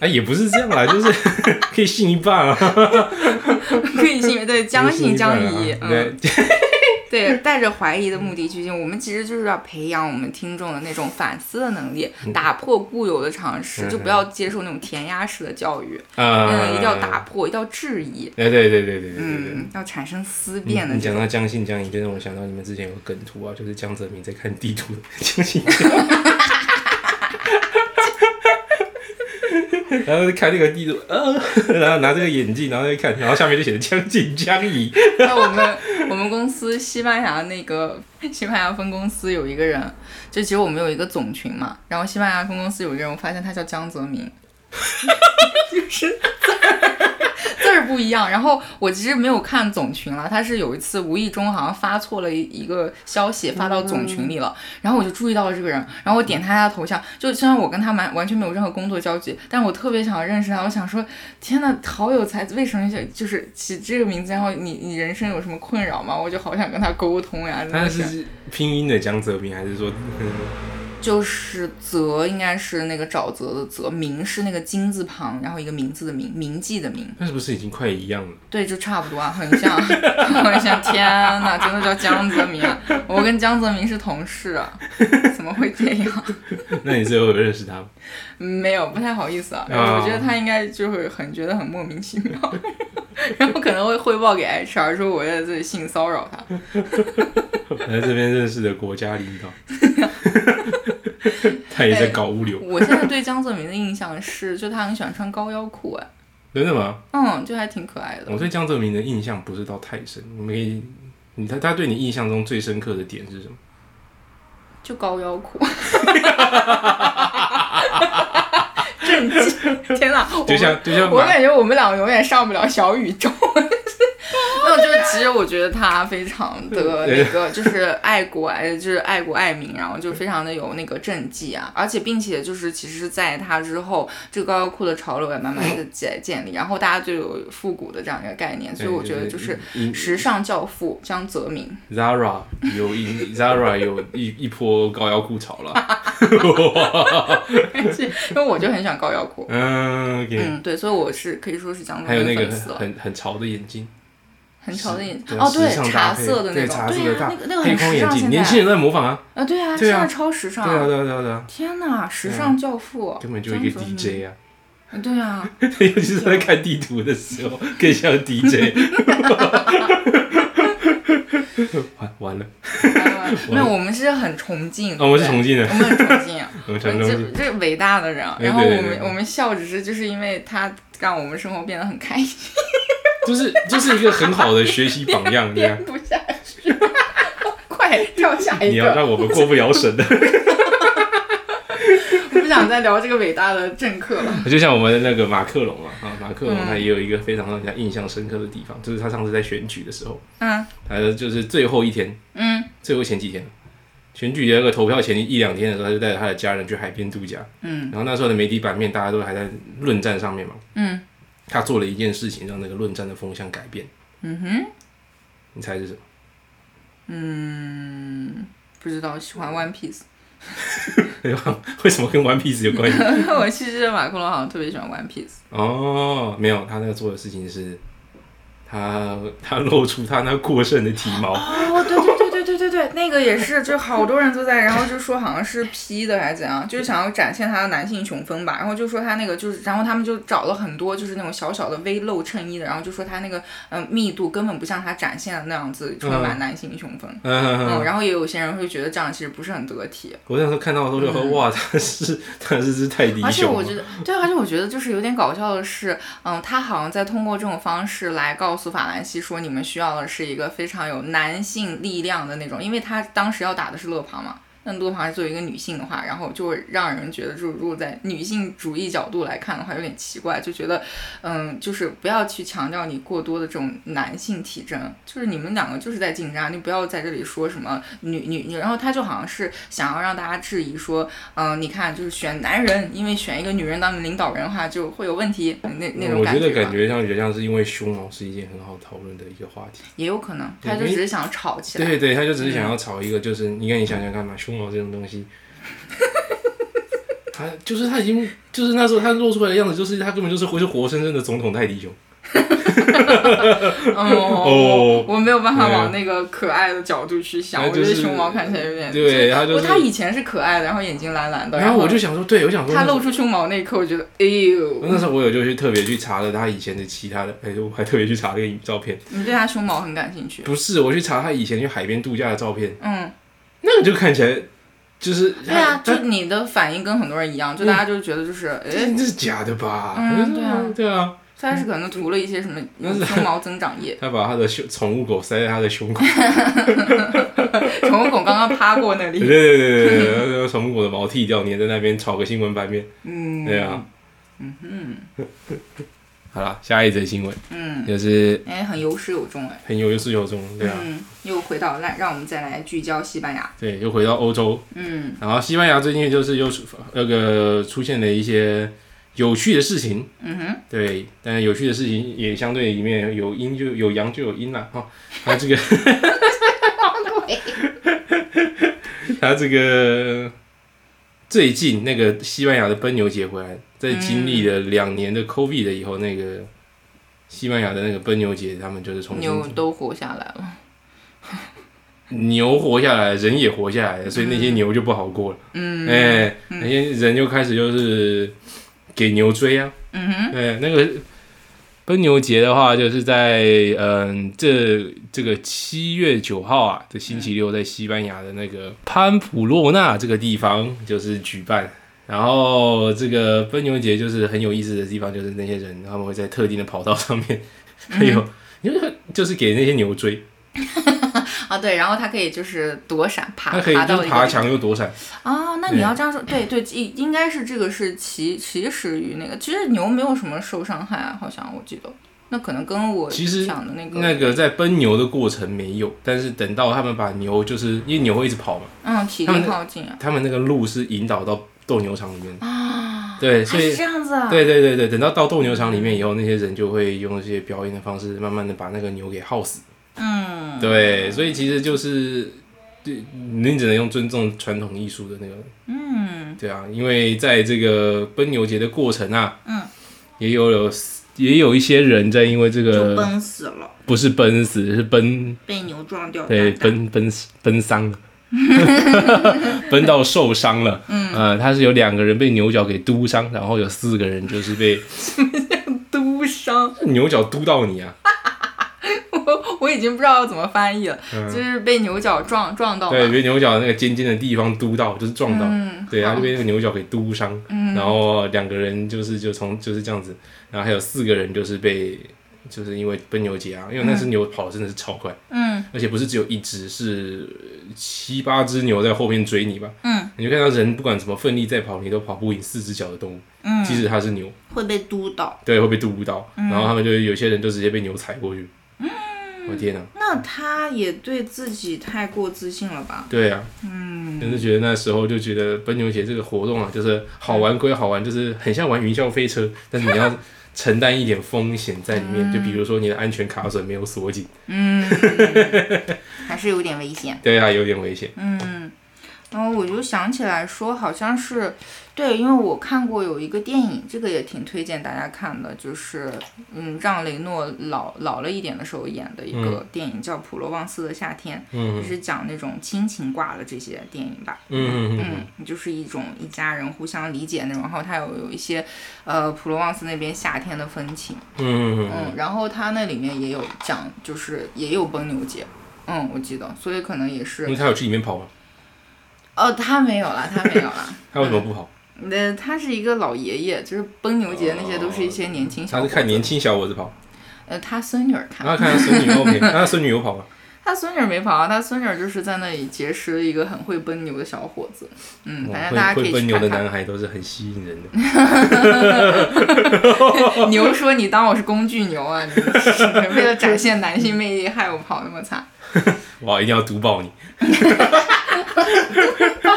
A: 哎，也不是这样啦，就是 可以信一半啊，
B: 可以信，对将信将疑，嗯。
A: 对，
B: 对，带着怀疑的目的去进。我们其实就是要培养我们听众的那种反思的能力，打破固有的常识，就不要接受那种填鸭式的教育。嗯，
A: 啊，
B: 一定要打破，一定要质疑。
A: 对。对对对对对对对。
B: 嗯，要产生思
A: 你
B: 辨的
A: 你
B: 这
A: 讲
B: 种。
A: 到将信将疑，就让我想到你们之前有个梗图啊，就是江泽民在看地图的将信将疑。 然后就看那个地图，呃，然后拿这个眼镜，然后就看，然后下面就写着“将信将疑
B: 那我们我们公司西班牙那个西班牙分公司有一个人，就其实我们有一个总群嘛，然后西班牙分公司有一个人，我发现他叫江泽民，就是字儿字儿不一样。然后我其实没有看总群了，他是有一次无意中好像发错了一一个消息发到总群里了，然后我就注意到了这个人，然后我点开他的头像，就虽然我跟他完完全没有任何工作交集，但我特别想认识他，我想说天呐，好有才！为什么就就是起这个名字？然后你你人生有什么困扰吗？我就好想跟他沟通呀。”，真
A: 他
B: 的是
A: 是拼音的江泽民，还是说，嗯
B: 就是泽，应该是那个沼泽的泽，明是那个金字旁，然后一个名字的名，铭记的铭。
A: 那是不是已经快一样了？
B: 对，就差不多啊，很像， 很像。天呐，真的叫江泽民啊！我跟江泽民是同事啊，怎么会这样？嗯
A: 那你最后有认识他吗？
B: 没有，不太好意思啊。
A: 啊
B: 我觉得他应该就会很觉得很莫名其妙， 然后可能会汇报给 HR 说我在这里性骚扰他。
A: 来这边认识的国家领导， 他也在搞物流，
B: 我现在对江泽民的印象是，就他很喜欢穿高腰裤，哎，
A: 真的吗？
B: 嗯，就还挺可爱的。
A: 我对哦江泽民的印象不是到太深，你们可以，你他他对你印象中最深刻的点是什么？
B: 就高腰 裤，震惊！天哪，我
A: 就
B: 们
A: 像就像
B: 我
A: 马哎
B: 感觉我们两个永远上不了小宇 宙。那我就是，其实我觉得他非常的那个，就是爱国爱，就是爱国爱民，然后就非常的有那个政绩啊，而且并且就是，其实在他之后，这个高腰裤的潮流也慢慢的建建立，然后大家就有复古的这样一个概念，所以我觉得就是
A: 对对嗯对
B: 时尚教父江泽民，
A: Zara 有一 Zara 有一一波高腰裤潮 了，
B: 因为我就很喜欢高腰裤，
A: 嗯，OK，
B: 嗯，对，所以我是可以说是江泽
A: 还有那
B: 民
A: 个
B: 粉丝
A: 很
B: 了，
A: 很很潮的眼镜，
B: 很潮的眼睛，
A: 对啊
B: 哦，对
A: 时，尚
B: 茶
A: 搭配
B: 色的那
A: 对
B: 种，
A: 茶色
B: 对
A: 的
B: 呀
A: 大，
B: 那个那个
A: 黑
B: 很
A: 框
B: 时
A: 眼
B: 尚，
A: 镜，
B: 现
A: 年
B: 在
A: 轻人都在模仿啊，
B: 啊，对啊，
A: 对
B: 现
A: 啊
B: 在超时
A: 对啊
B: 尚。
A: 对啊对啊对啊，
B: 天呐，时尚教父，
A: 根本就一个
B: 江泽民
A: DJ 啊，
B: 对啊，
A: 尤其是在看地图的时候更像 DJ，完完了，
B: 呃没有，我们是很崇敬，
A: 哦我们是
B: 对
A: 崇敬的
B: 我们很崇敬，
A: 我们
B: 我
A: 传
B: 们
A: 东西。
B: 这这伟大的人。
A: 对
B: 然后
A: 哎对
B: 我
A: 对
B: 们
A: 对
B: 我们笑，只是就是因为他让我们生活变得很开心，
A: 就是就是一个很好的学习榜样， 这样
B: 编不下去， 快跳下
A: 你
B: 一
A: 要
B: 个，
A: 让我们过不了审的。
B: 我不想再聊这个伟大的政客了。
A: 就像我们那个马克龙啊，啊，马克龙
B: 嗯
A: 他也有一个非常让人家印象深刻的地方，就是他上次在选举的时候，
B: 嗯
A: 他就是最后一天，
B: 嗯
A: 最后前几天。选举的那个投票前一两天的时候，他就带着他的家人去海边度假。
B: 嗯，
A: 然后那时候的媒体版面大家都还在论战上面嘛。
B: 嗯，
A: 他做了一件事情，让那个论战的风向改变。
B: 嗯哼，
A: 你猜是什么？
B: 嗯，不知道喜欢 One Piece，
A: 为什么跟 One Piece 有关系？
B: 我其实马克龙好像特别喜欢 One Piece。
A: 哦，没有，他那个做的事 情是，他他露出他那过剩的体毛，
B: 哦，对对对对对对，那个也是，就好多人都在，然后就说好像是 P 的还是怎样，就是想要展现他的男性雄风吧。然后就说他那个就是，然后他们就找了很多就是那种小小的微露衬衣的，然后就说他那个嗯、呃密度根本不像他展现的那样子充满男性雄风。
A: 嗯，
B: 嗯，然后也有些人会觉得这样其实不是很得体，
A: 我那时候看到的时候就说，哇， 他是他是只泰迪
B: 嗯而且
A: 熊
B: 我
A: 吗，
B: 觉得，对，而且我觉得就是有点搞笑的是，嗯，他好像在通过这种方式来告诉法兰西说，你们需要的是一个非常有男性力量的那种，因为他当时要打的是勒庞嘛。那勒庞作为一个女性的话，然后就会让人觉得，就是如果在女性主义角度来看的话，有点奇怪，就觉得，嗯，就是不要去强调你过多的这种男性体征，就是你们两个就是在竞争，你不要在这里说什么女女女，然后他就好像是想要让大家质疑说，嗯，你看，就是选男人，因为选一个女人当领导人的话就会有问题，那那种
A: 我觉得
B: 吧
A: 感觉像人像是因为胸毛是一件很好讨论的一个话题。
B: 也有可能，
A: 对
B: 他就
A: 因为
B: 只是啊想吵起
A: 对
B: 来。
A: 对对，他就只是想要炒一个，就是你看你想想看嘛，胸毛这种东西， 他就是他已经就是那时候他露出来的样子，就是他根本就是活是活生生的总统泰迪熊。
B: 嗯，
A: 哦
B: 我我没有办法
A: 对
B: 往那个可爱的角度去想，
A: 那
B: 我
A: 就
B: 觉得
A: 是
B: 胸毛看起来有点。
A: 对，他就
B: 我
A: 是，
B: 他以前是可爱的，然后眼睛蓝蓝的，
A: 然后我就想说，对我想说嗯
B: 他
A: 那时候
B: 露出胸毛那一刻，我觉得，哎呦，
A: 那时候我有就去特别去查了他以前的其他的，哎，我还特别去查了个照片，
B: 你对他胸毛很感兴趣。
A: 不是我去查他以前去海边度假的照片，
B: 嗯，
A: 那个就看起来就是
B: 对啊，
A: 他
B: 就你的反应跟很多人一样，就大
A: 嗯
B: 家就觉得就是，
A: 他
B: 哎，
A: 这这是假的吧？
B: 嗯对啊
A: 对啊，
B: 他是可能涂了一些什么
A: 那是
B: 胸毛增长液。
A: 他把他的胸宠物狗塞在他的胸口，
B: 宠物狗刚刚趴过那
A: 对
B: 里，
A: 对对对对对，然后宠物狗的毛剃掉，粘在那边炒个新闻版面，
B: 嗯，
A: 对啊，好啦，下一则新闻
B: 嗯，
A: 就是
B: 哎，很有始有终哎。
A: 很有有始有终，对啊，
B: 嗯，又回到来，让我们再来聚焦西班牙。
A: 对，又回到欧洲，
B: 嗯
A: 然后西班牙最近就是又出呃那个出现了一些有趣的事情，
B: 嗯哼，
A: 对，但有趣的事情也相对里面有阴就有阳就有阴啦哈。他这个， 他这个最近那个西班牙的奔牛节回来，在经历了两年的 COVID 以后，那个西班牙的那个奔牛节，他们就是重新
B: 牛都活下来了。
A: 牛活下来，人也活下来了，所以那些牛就不好过了。
B: 嗯，
A: 哎、那些人就开始就是给牛追啊。
B: 嗯哼，
A: 对，那个奔牛节的话，就是在嗯这这个七月九号啊，这星期六在西班牙的那个潘普洛纳这个地方就是举办。然后这个奔牛节就是很有意思的地方，就是那些人他们会在特定的跑道上面，
B: 嗯
A: 还有就是就是给那些牛追，
B: 啊对，然后它可以就是躲闪爬，
A: 他可以
B: 爬
A: 就
B: 到
A: 是
B: 一
A: 爬
B: 个地
A: 墙又躲闪，
B: 啊，那你要这样说，对对，应应该是这个是起起始于那个，其实牛没有什么受伤害啊，好像我记得，那可能跟我
A: 其实
B: 想的那个
A: 那个在奔牛的过程没有，但是等到他们把牛就是因为牛会一直跑嘛，
B: 嗯体
A: 他
B: 力
A: 们
B: 耗尽啊，
A: 他们那个路是引导到斗牛场里面的，
B: 啊，
A: 对，所
B: 还
A: 以
B: 是这样子啊，
A: 对对对对，等到到斗牛场里面以后，那些人就会用一些表演的方式，慢慢的把那个牛给耗死。
B: 嗯，
A: 对，所以其实就是，对，你只能用尊重传统艺术的那个，嗯，对啊，因为在这个奔牛节的过程啊，嗯，也有有也有一些人在因为这
C: 就
A: 个
C: 崩死了，
A: 不是奔死，是奔
C: 被牛撞掉
A: 对，
B: 嗯
C: 蛋蛋。
A: 奔奔奔伤了，奔到受伤了。嗯，呃，他是有两个人被牛角给嘟伤，然后有四个人就是被
B: 都伤。
A: 牛角嘟到你啊。
B: 我我已经不知道要怎么翻译了，就是被牛角撞撞到嘛。
A: 嗯对，被牛角那个尖尖的地方嘟到，就是撞到。
B: 嗯，
A: 对，他
B: 好
A: 就被那个牛角给嘟伤，然后两个人就是就从就是这样子，然后还有四个人就是被就是因为奔牛节啊，因为那只牛跑得真的是超快，
B: 嗯，
A: 而且不是只有一只，是七八只牛在后面追你吧，
B: 嗯，
A: 你就看到人不管怎么奋力再跑，你都跑不赢四只脚的动物，嗯，即使它是牛，
C: 会被嘟到。
A: 对，会被嘟到，然后他们就有些人就直接被牛踩过去，嗯，我天哪，
C: 那他也对自己太过自信了吧？
A: 对啊，嗯，就是觉得那时候就觉得奔牛节这个活动啊，就是好玩归好玩，就是很像玩云霄飞车，但是你要承担一点风险在里面，就比如说你的安全卡榫没有锁紧，
B: 嗯 还是有点危险。
A: 对啊，有点危险。
B: 嗯，然后我就想起来说，好像是对，因为我看过有一个电影，这个也挺推荐大家看的，就是嗯，让雷诺老老了一点的时候演的一个电影，叫《普罗旺斯的夏天》，就
A: 嗯
B: 是讲那种亲情挂的这些电影吧。
A: 嗯嗯嗯
B: 嗯，就是一种一家人互相理解那种，然后它有有一些，呃，普罗旺斯那边夏天的风情，
A: 嗯
B: 嗯，然后它那里面也有讲，就是也有奔牛节，嗯，我记得，所以可能也
A: 因为
B: 是，
A: 他有去里面跑嘛，
B: 哦，他没有了，他没有了，
A: 他为什么不跑？
B: 那他是一个老爷爷，就是奔牛节那些都是一些年轻
A: 哦
B: 小
A: 他
B: 伙
A: 是
B: 子，
A: 看啊年轻小伙子跑，
B: 呃，他孙女儿看
A: 然，后看他孙女 OK，那他孙女有跑吗？
B: 他孙女儿没跑啊，他孙女儿就是在那里结识了一个很会奔牛的小伙子，嗯，反正大
A: 会
B: 家可
A: 会
B: 以
A: 奔
B: 去
A: 牛的
B: 看看。
A: 男 孩都是很吸引人的。
B: 牛说你当我是工具牛啊，你为了展现男性魅力，害我跑那么惨，
A: 哇，一定要毒爆你！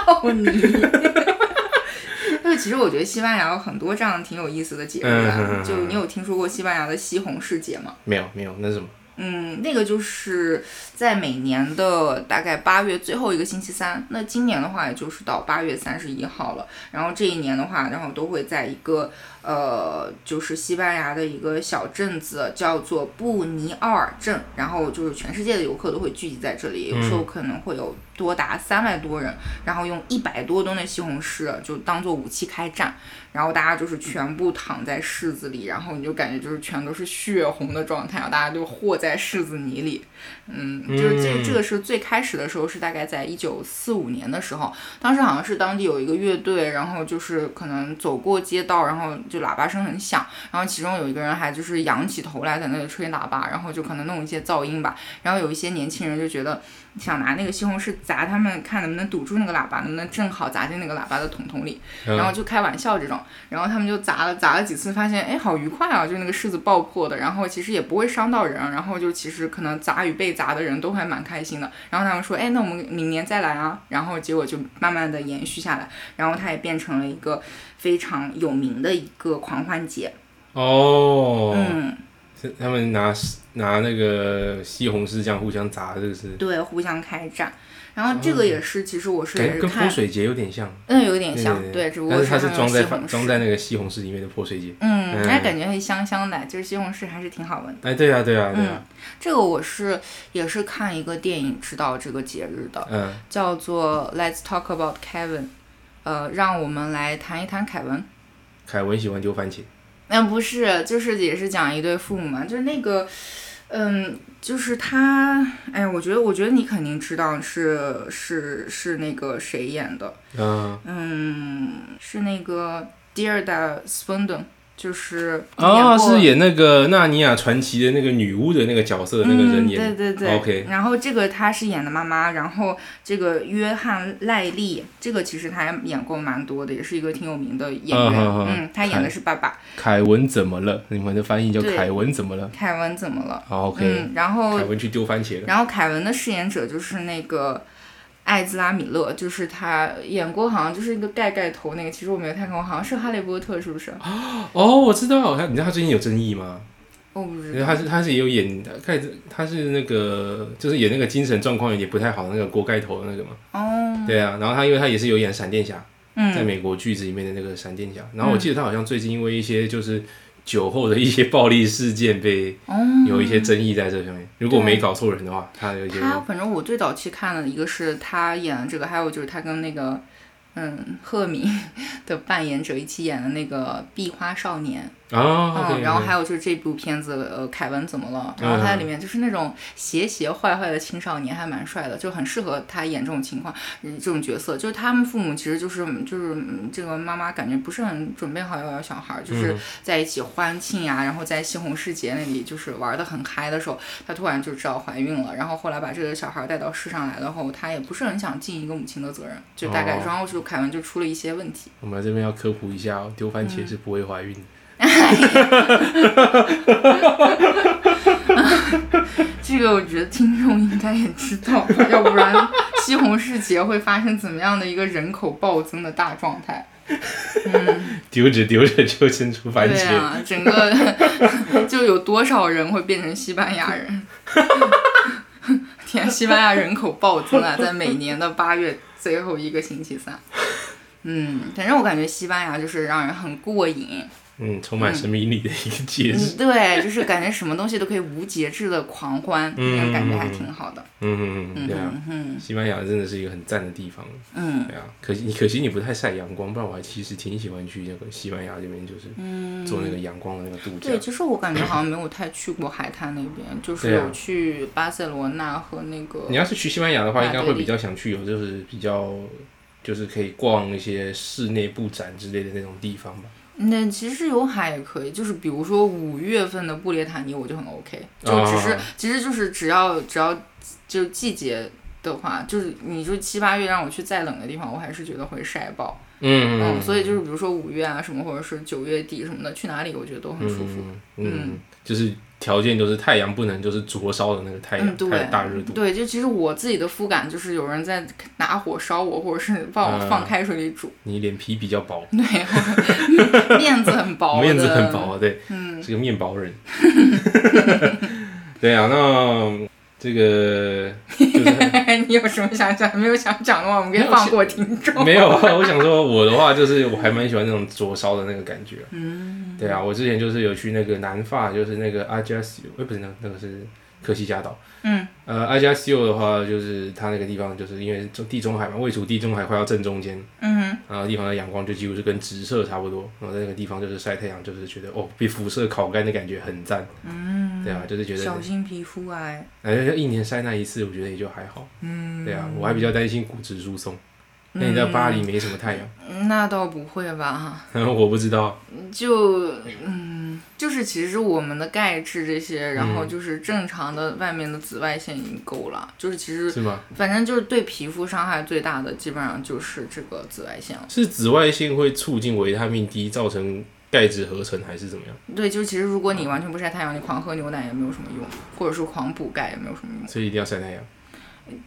B: 抱 你。那其实我觉得西班牙有很多这样挺有意思的节日啊，
A: 嗯嗯嗯嗯
B: 就你有听说过西班牙的西红柿节吗？
A: 没有没有，那是什么？
B: 嗯，那个就是在每年的大概八月最后一个星期三，那今年的话也就是到八月三十一号了。然后这一年的话，然后都会在一个呃，就是西班牙的一个小镇子叫做布尼奥尔镇，然后就是全世界的游客都会聚集在这里，有时候可能会有多达三百多人，然后用一百多吨的西红柿就当做武器开战，然后大家就是全部躺在柿子里，然后你就感觉就是全都是血红的状态，然后大家就和在柿子泥里，嗯，就是这
A: 嗯
B: 这个是最开始的时候是大概在一九四五年的时候，当时好像是当地有一个乐队，然后就是可能走过街道，然后就喇叭声很响，然后其中有一个人还就是仰起头来在那里吹喇叭，然后就可能弄一些噪音吧，然后有一些年轻人就觉得想拿那个西红柿砸他们，看能不能堵住那个喇叭，能不能正好砸进那个喇叭的桶桶里，
A: 嗯
B: 然后就开玩笑这种，然后他们就砸了砸了几次，发现哎好愉快啊，就那个柿子爆破的，然后其实也不会伤到人，然后就其实可能砸与被砸的人都还蛮开心的，然后他们说哎那我们明年再来啊，然后结果就慢慢的延续下来，然后它也变成了一个非常有名的一个狂欢节，
A: 哦，
B: 嗯。
A: 是他们拿拿那个西红柿这样互相砸，是不是？
B: 对，互相开战。然后这个也是，其实我是
A: 哦感
B: 也
A: 觉
B: 是
A: 跟泼
B: 看，
A: 水节有点像，
B: 嗯，有点像，
A: 对
B: 对，只不
A: 但
B: 过
A: 是它
B: 它
A: 是
B: 用
A: 装在
B: 西红
A: 装
B: 柿，
A: 在那个西红柿里面的泼水节。
B: 嗯，
A: 嗯
B: 那感觉还香香的，就是西红柿还是挺好闻的。
A: 哎，对啊，对啊，对啊，
B: 这个我是也是看一个电影知道这个节日的，
A: 嗯，
B: 叫做《Let's Talk About Kevin》，呃，让我们来谈一谈凯文。
A: 凯文喜欢丢番茄，
B: 那、不是，就是也是讲一对父母嘛，就是那个，嗯，就是他，哎，我觉得，我觉得你肯定知道是是是那个谁演的，啊
A: 嗯，
B: 嗯，是那个 Dear 的 Spondon，就是
A: 哦，
B: 演过
A: 是演那个《纳尼亚传奇》的那个女巫的那个角色的那个人演
B: 嗯、
A: 的，
B: 对对对
A: OK
B: 然后这个她是演的妈妈，然后这个约翰赖利，这个其实他演过蛮多的，也是一个挺有名的演员。
A: 嗯嗯嗯
B: 嗯，他演的是爸爸
A: 凯文怎么了？你们的翻译叫
B: 对
A: 凯文怎么了
B: 凯文，怎么了？
A: 好？OK，
B: 嗯，然后
A: 凯文去丢番茄了，
B: 然后凯文的饰演者就是那个艾兹拉米勒，就是他演过好像就是一个盖盖头那个，其实我没有太看过，好像是《哈利波特》是不是？
A: 哦，我知道，他你知道他最近有争议吗？
B: 我不知
A: 因为
B: 道。
A: 他是他是也有演盖子，他是那个就是演那个精神状况有点不太好的那个锅盖头的那个嘛。
B: 哦，
A: 对啊，然后他因为他也是有演闪电侠，在
B: 嗯，
A: 美国剧子里面的那个闪电侠。然后我记得他好像最近因为一些就是酒后的一些暴力事件被
B: 哦嗯
A: 有一些争议在这上面。如果我没搞错人的话，他有一些啊
B: 他反正我最早期看的一个是他演的这个，还有就是他跟那个嗯赫敏 的扮演者一起演的那个《壁花少年》
A: 啊，
B: 嗯，
A: 对
B: 然后还有就是这部片子呃凯文怎么了？
A: 嗯
B: 然后他在里面就是那种邪邪坏坏的青少年，还蛮帅的，就很适合他演这种情况，嗯，这种角色。就是他们父母其实就是就是嗯这个妈妈感觉不是很准备好要有小孩，
A: 嗯
B: 就是在一起欢庆呀、然后在西红柿节那里就是玩的很嗨的时候，她突然就知道怀孕了，然后后来把这个小孩带到世上来了后，她也不是很想尽一个母亲的责任，就大概，
A: 哦
B: 然后就凯文就出了一些问 题。
A: 我们这边要科普一下哦，丢番
B: 嗯
A: 茄是不会怀孕的。
B: 这个我觉得听众应该也知道，要不然西红柿节会发生怎么样的一个人口暴增的大状态？
A: 丢着丢着就生出番
B: 对
A: 茄，
B: 啊，整个 就有多少人会变成西班牙 人？天啊，西班牙人口暴增啊，在每年的八月最后一个星期三。嗯，反正我感觉西班牙就是让人很过瘾，
A: 嗯，充满神秘力的一个节日，
B: 嗯，对，就是感觉什么东西都可以无节制的狂欢，那种感觉还挺好的。
A: 嗯嗯嗯，对啊，
B: 嗯嗯
A: 西班牙真的是一个很赞的地方，
B: 嗯
A: 对啊，可惜可惜你不太晒阳光，不然我还其实挺喜欢去那个西班牙这边，就是
B: 嗯，
A: 做那个阳光的那个度假
B: 对，，其实我感觉好像没有太去过海滩那边，就是
A: 对啊
B: 有去巴塞罗那和那个
A: 你要是去西班牙的话，
B: 啊
A: 应该会比较想去有就是比较就是可以逛一些室内布展之类的那种地方吧。
B: 那其实有海也可以，就是比如说五月份的布列塔尼，我就很 OK，就只是、
A: 啊
B: 其实就是只要只要就季节的话，就是你就七八月让我去再冷的地方，我还是觉得会晒爆。
A: 嗯
B: 嗯，所以就是比如说五月啊什么，或者是九月底什么的，去哪里我觉得都很舒服。
A: 嗯嗯，就是条件就是太阳不能就是灼烧的那个太阳、
B: 嗯对
A: 太大热度。
B: 对，就其实我自己的肤感就是有人在拿火烧我，或者是把我
A: 嗯
B: 放开水里煮，
A: 你脸皮比较薄，
B: 对，面子很薄的，
A: 面子很薄，啊，对，
B: 嗯
A: 是个面包人。对啊，那这个
B: 你有什么想讲？没有想讲的话，我们可以放过听 众。
A: 没有啊，我想说我的话就是我还蛮喜欢那种灼烧的那个感觉。嗯，对啊，我之前就是有去那个南法，就是那个阿加西，哎不是那那个是科西嘉岛。
B: 嗯，
A: 呃，阿加西欧的话，就是它那个地方，就是因为中地中海嘛，位处地中海快要正中间，
B: 嗯
A: 然后地方的阳光就几乎是跟直射差不多。然后在那个地方就是晒太阳，就是觉得哦，被辐射烤干的感觉很赞。
B: 嗯，
A: 对啊，就是觉得
B: 小心皮肤啊癌。
A: 哎，一年晒那一次，我觉得也就还好。
B: 嗯，
A: 对啊，我还比较担心骨质疏松。那你在巴黎没什么太阳，
B: 那倒不会吧？
A: 我不知道。
B: 就嗯，就是其实我们的钙质这些，然
A: 嗯
B: 后就是正常的外面的紫外线已经够了。就是其实
A: 是吗？
B: 反正就是对皮肤伤害最大的，基本上就是这个紫外线了。
A: 是紫外线会促进维他命 D 造成钙质合成，还是怎么样？
B: 对，就是其实如果
A: 嗯
B: 你完全不晒太阳，你狂喝牛奶也没有什么用，或者是狂补钙也没有什么用。
A: 所以一定要晒太阳。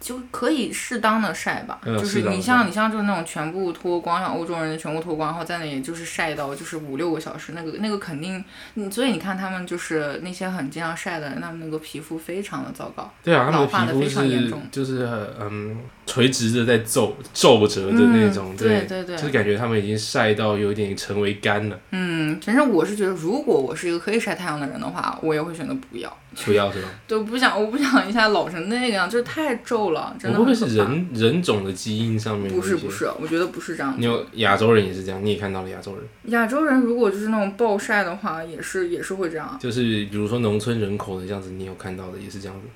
B: 就可以适当的晒吧，
A: 嗯
B: 就是
A: 适当地
B: 你像你像就是那种全部脱光，像欧洲人全部脱光，然后在那里就是晒到就是五六个小时，那个那个肯定，嗯所以你看他们就是那些很经常晒的人，他们那个皮肤非常的糟糕，
A: 对啊，他
B: 老
A: 们
B: 化
A: 的
B: 得
A: 皮肤
B: 非常严
A: 是
B: 重
A: 就是呃嗯垂直的在皱皱褶的那种，
B: 嗯、
A: 对
B: 对对对，
A: 就是感觉他们已经晒到有点成为干了，
B: 嗯，反正我是觉得，如果我是一个可以晒太阳的人的话，我也会选择不要，
A: 不要是吧？
B: 就不想我不想一下老成那个样，就是太皱了，
A: 我
B: 真
A: 会不
B: 的很
A: 会
B: 可
A: 是
B: 怕。
A: 人人种的基因上面？
B: 不是不，是，我觉得不是这样子
A: 你。有亚洲人也是这样，你也看到了亚洲人，
B: 亚洲人如果就是那种暴晒的话，也是也是会这样啊。
A: 就是比如说农村人口的这样子，你有看到的也是这样子。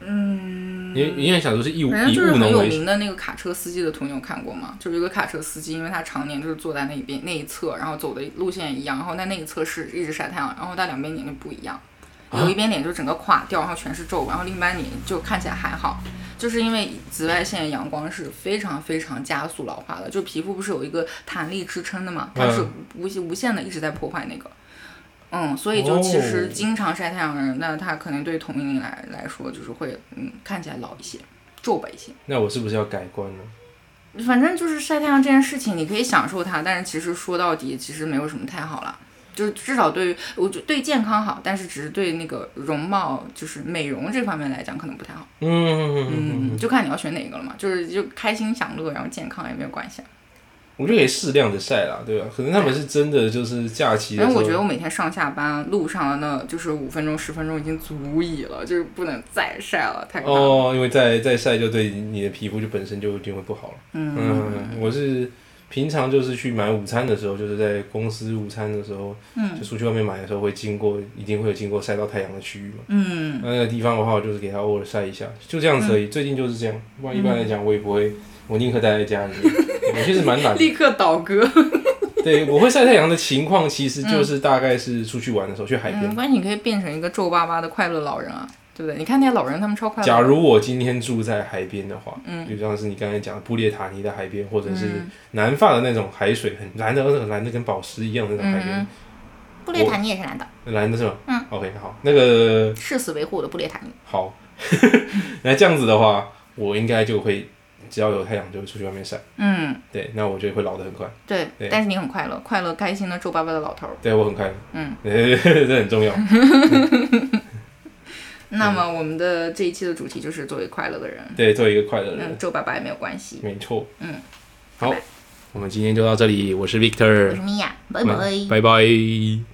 B: 嗯，
A: 你你也想说是以
B: 反正
A: 以
B: 就是
A: 务
B: 很
A: 农
B: 有
A: 为
B: 名的那个卡车司机的图，你有看过吗？就是有一个卡车司机，因为他常年就是坐在那边那一侧，然后走的路线也一样，然后在那一侧是一直晒太阳，然后他两边脸就不一样，
A: 啊
B: 有一边脸就整个垮掉，然后全是皱纹，然后另一边脸就看起来还好。就是因为紫外线阳光是非常非常加速老化的，就皮肤不是有一个弹力支撑的嘛，它
A: 嗯
B: 是无无限的一直在破坏那个，嗯，所以就其
A: 哦
B: 实经常晒太阳的人，那他可能对同龄人来来说，就是会嗯看起来老一些，皱巴一些。
A: 那我是不是要改观呢？
B: 反正就是晒太阳这件事情，你可以享受它，但是其实说到底，其实没有什么太好了。就是至少对于我觉得对健康好，但是只是对那个容貌，就是美容这方面来讲，可能不太好。
A: 嗯
B: 嗯，就看你要选哪个了嘛。就是就开心享乐，然后健康也没有关系啊。
A: 我觉得可以适量的晒啦，对吧？可能他们是真的就是假期的时
B: 反正
A: 候，
B: 我觉得我每天上下班路上的那就是五分钟、十分钟已经足以了，就是不能再晒了，太可怕了。
A: 哦，因为再再晒就对你的皮肤就本身就就会不好了。
B: 嗯
A: 嗯，我是平常就是去买午餐的时候，就是在公司午餐的时候，
B: 嗯
A: 就出去外面买的时候会经过，一定会有经过晒到太阳的区域嘛。
B: 嗯，
A: 那个地方的话，我就是给它偶尔晒一下，就这样子而已。最近就是这样，不然一般来讲我也不会，我宁可待在 家里面。我其实蛮懒的，
B: 立刻倒戈。
A: 对我会晒太阳的情况，其实就是大概是出去玩的时候，去海边
B: 嗯，。关键你可以变成一个皱巴巴的快乐老人啊，对不对？你看那些老人，他们超快乐。
A: 假如我今天住在海边的话，
B: 嗯
A: 就像是你刚才讲的布列塔尼的海边，或者是南法的那种海水，很蓝的，那种蓝的跟宝石一样的那种海边
B: 嗯，布列塔尼也是蓝的，
A: 蓝的是吗？
B: 嗯。
A: OK，好，那个
B: 誓死维护我的布列塔尼。
A: 好， 那这样子的话，我应该就会只要有太阳就会出去外面晒，
B: 嗯，
A: 对，那我就会老得很快，
B: 对。
A: 对
B: 但是你很快乐，快乐开心的皱 巴巴的老头儿。
A: 对我很快，
B: 嗯，
A: 这很重要。
B: 那么我们的这一期的主题就是作为快乐的人，
A: 对，做一个快乐的人
B: 嗯，，皱巴巴也没有关系。
A: 没错。
B: 嗯，
A: 好
B: 拜拜，
A: 我们今天就到这里，我是
B: 我是
A: Victor，
B: 米娅，拜
A: 拜拜。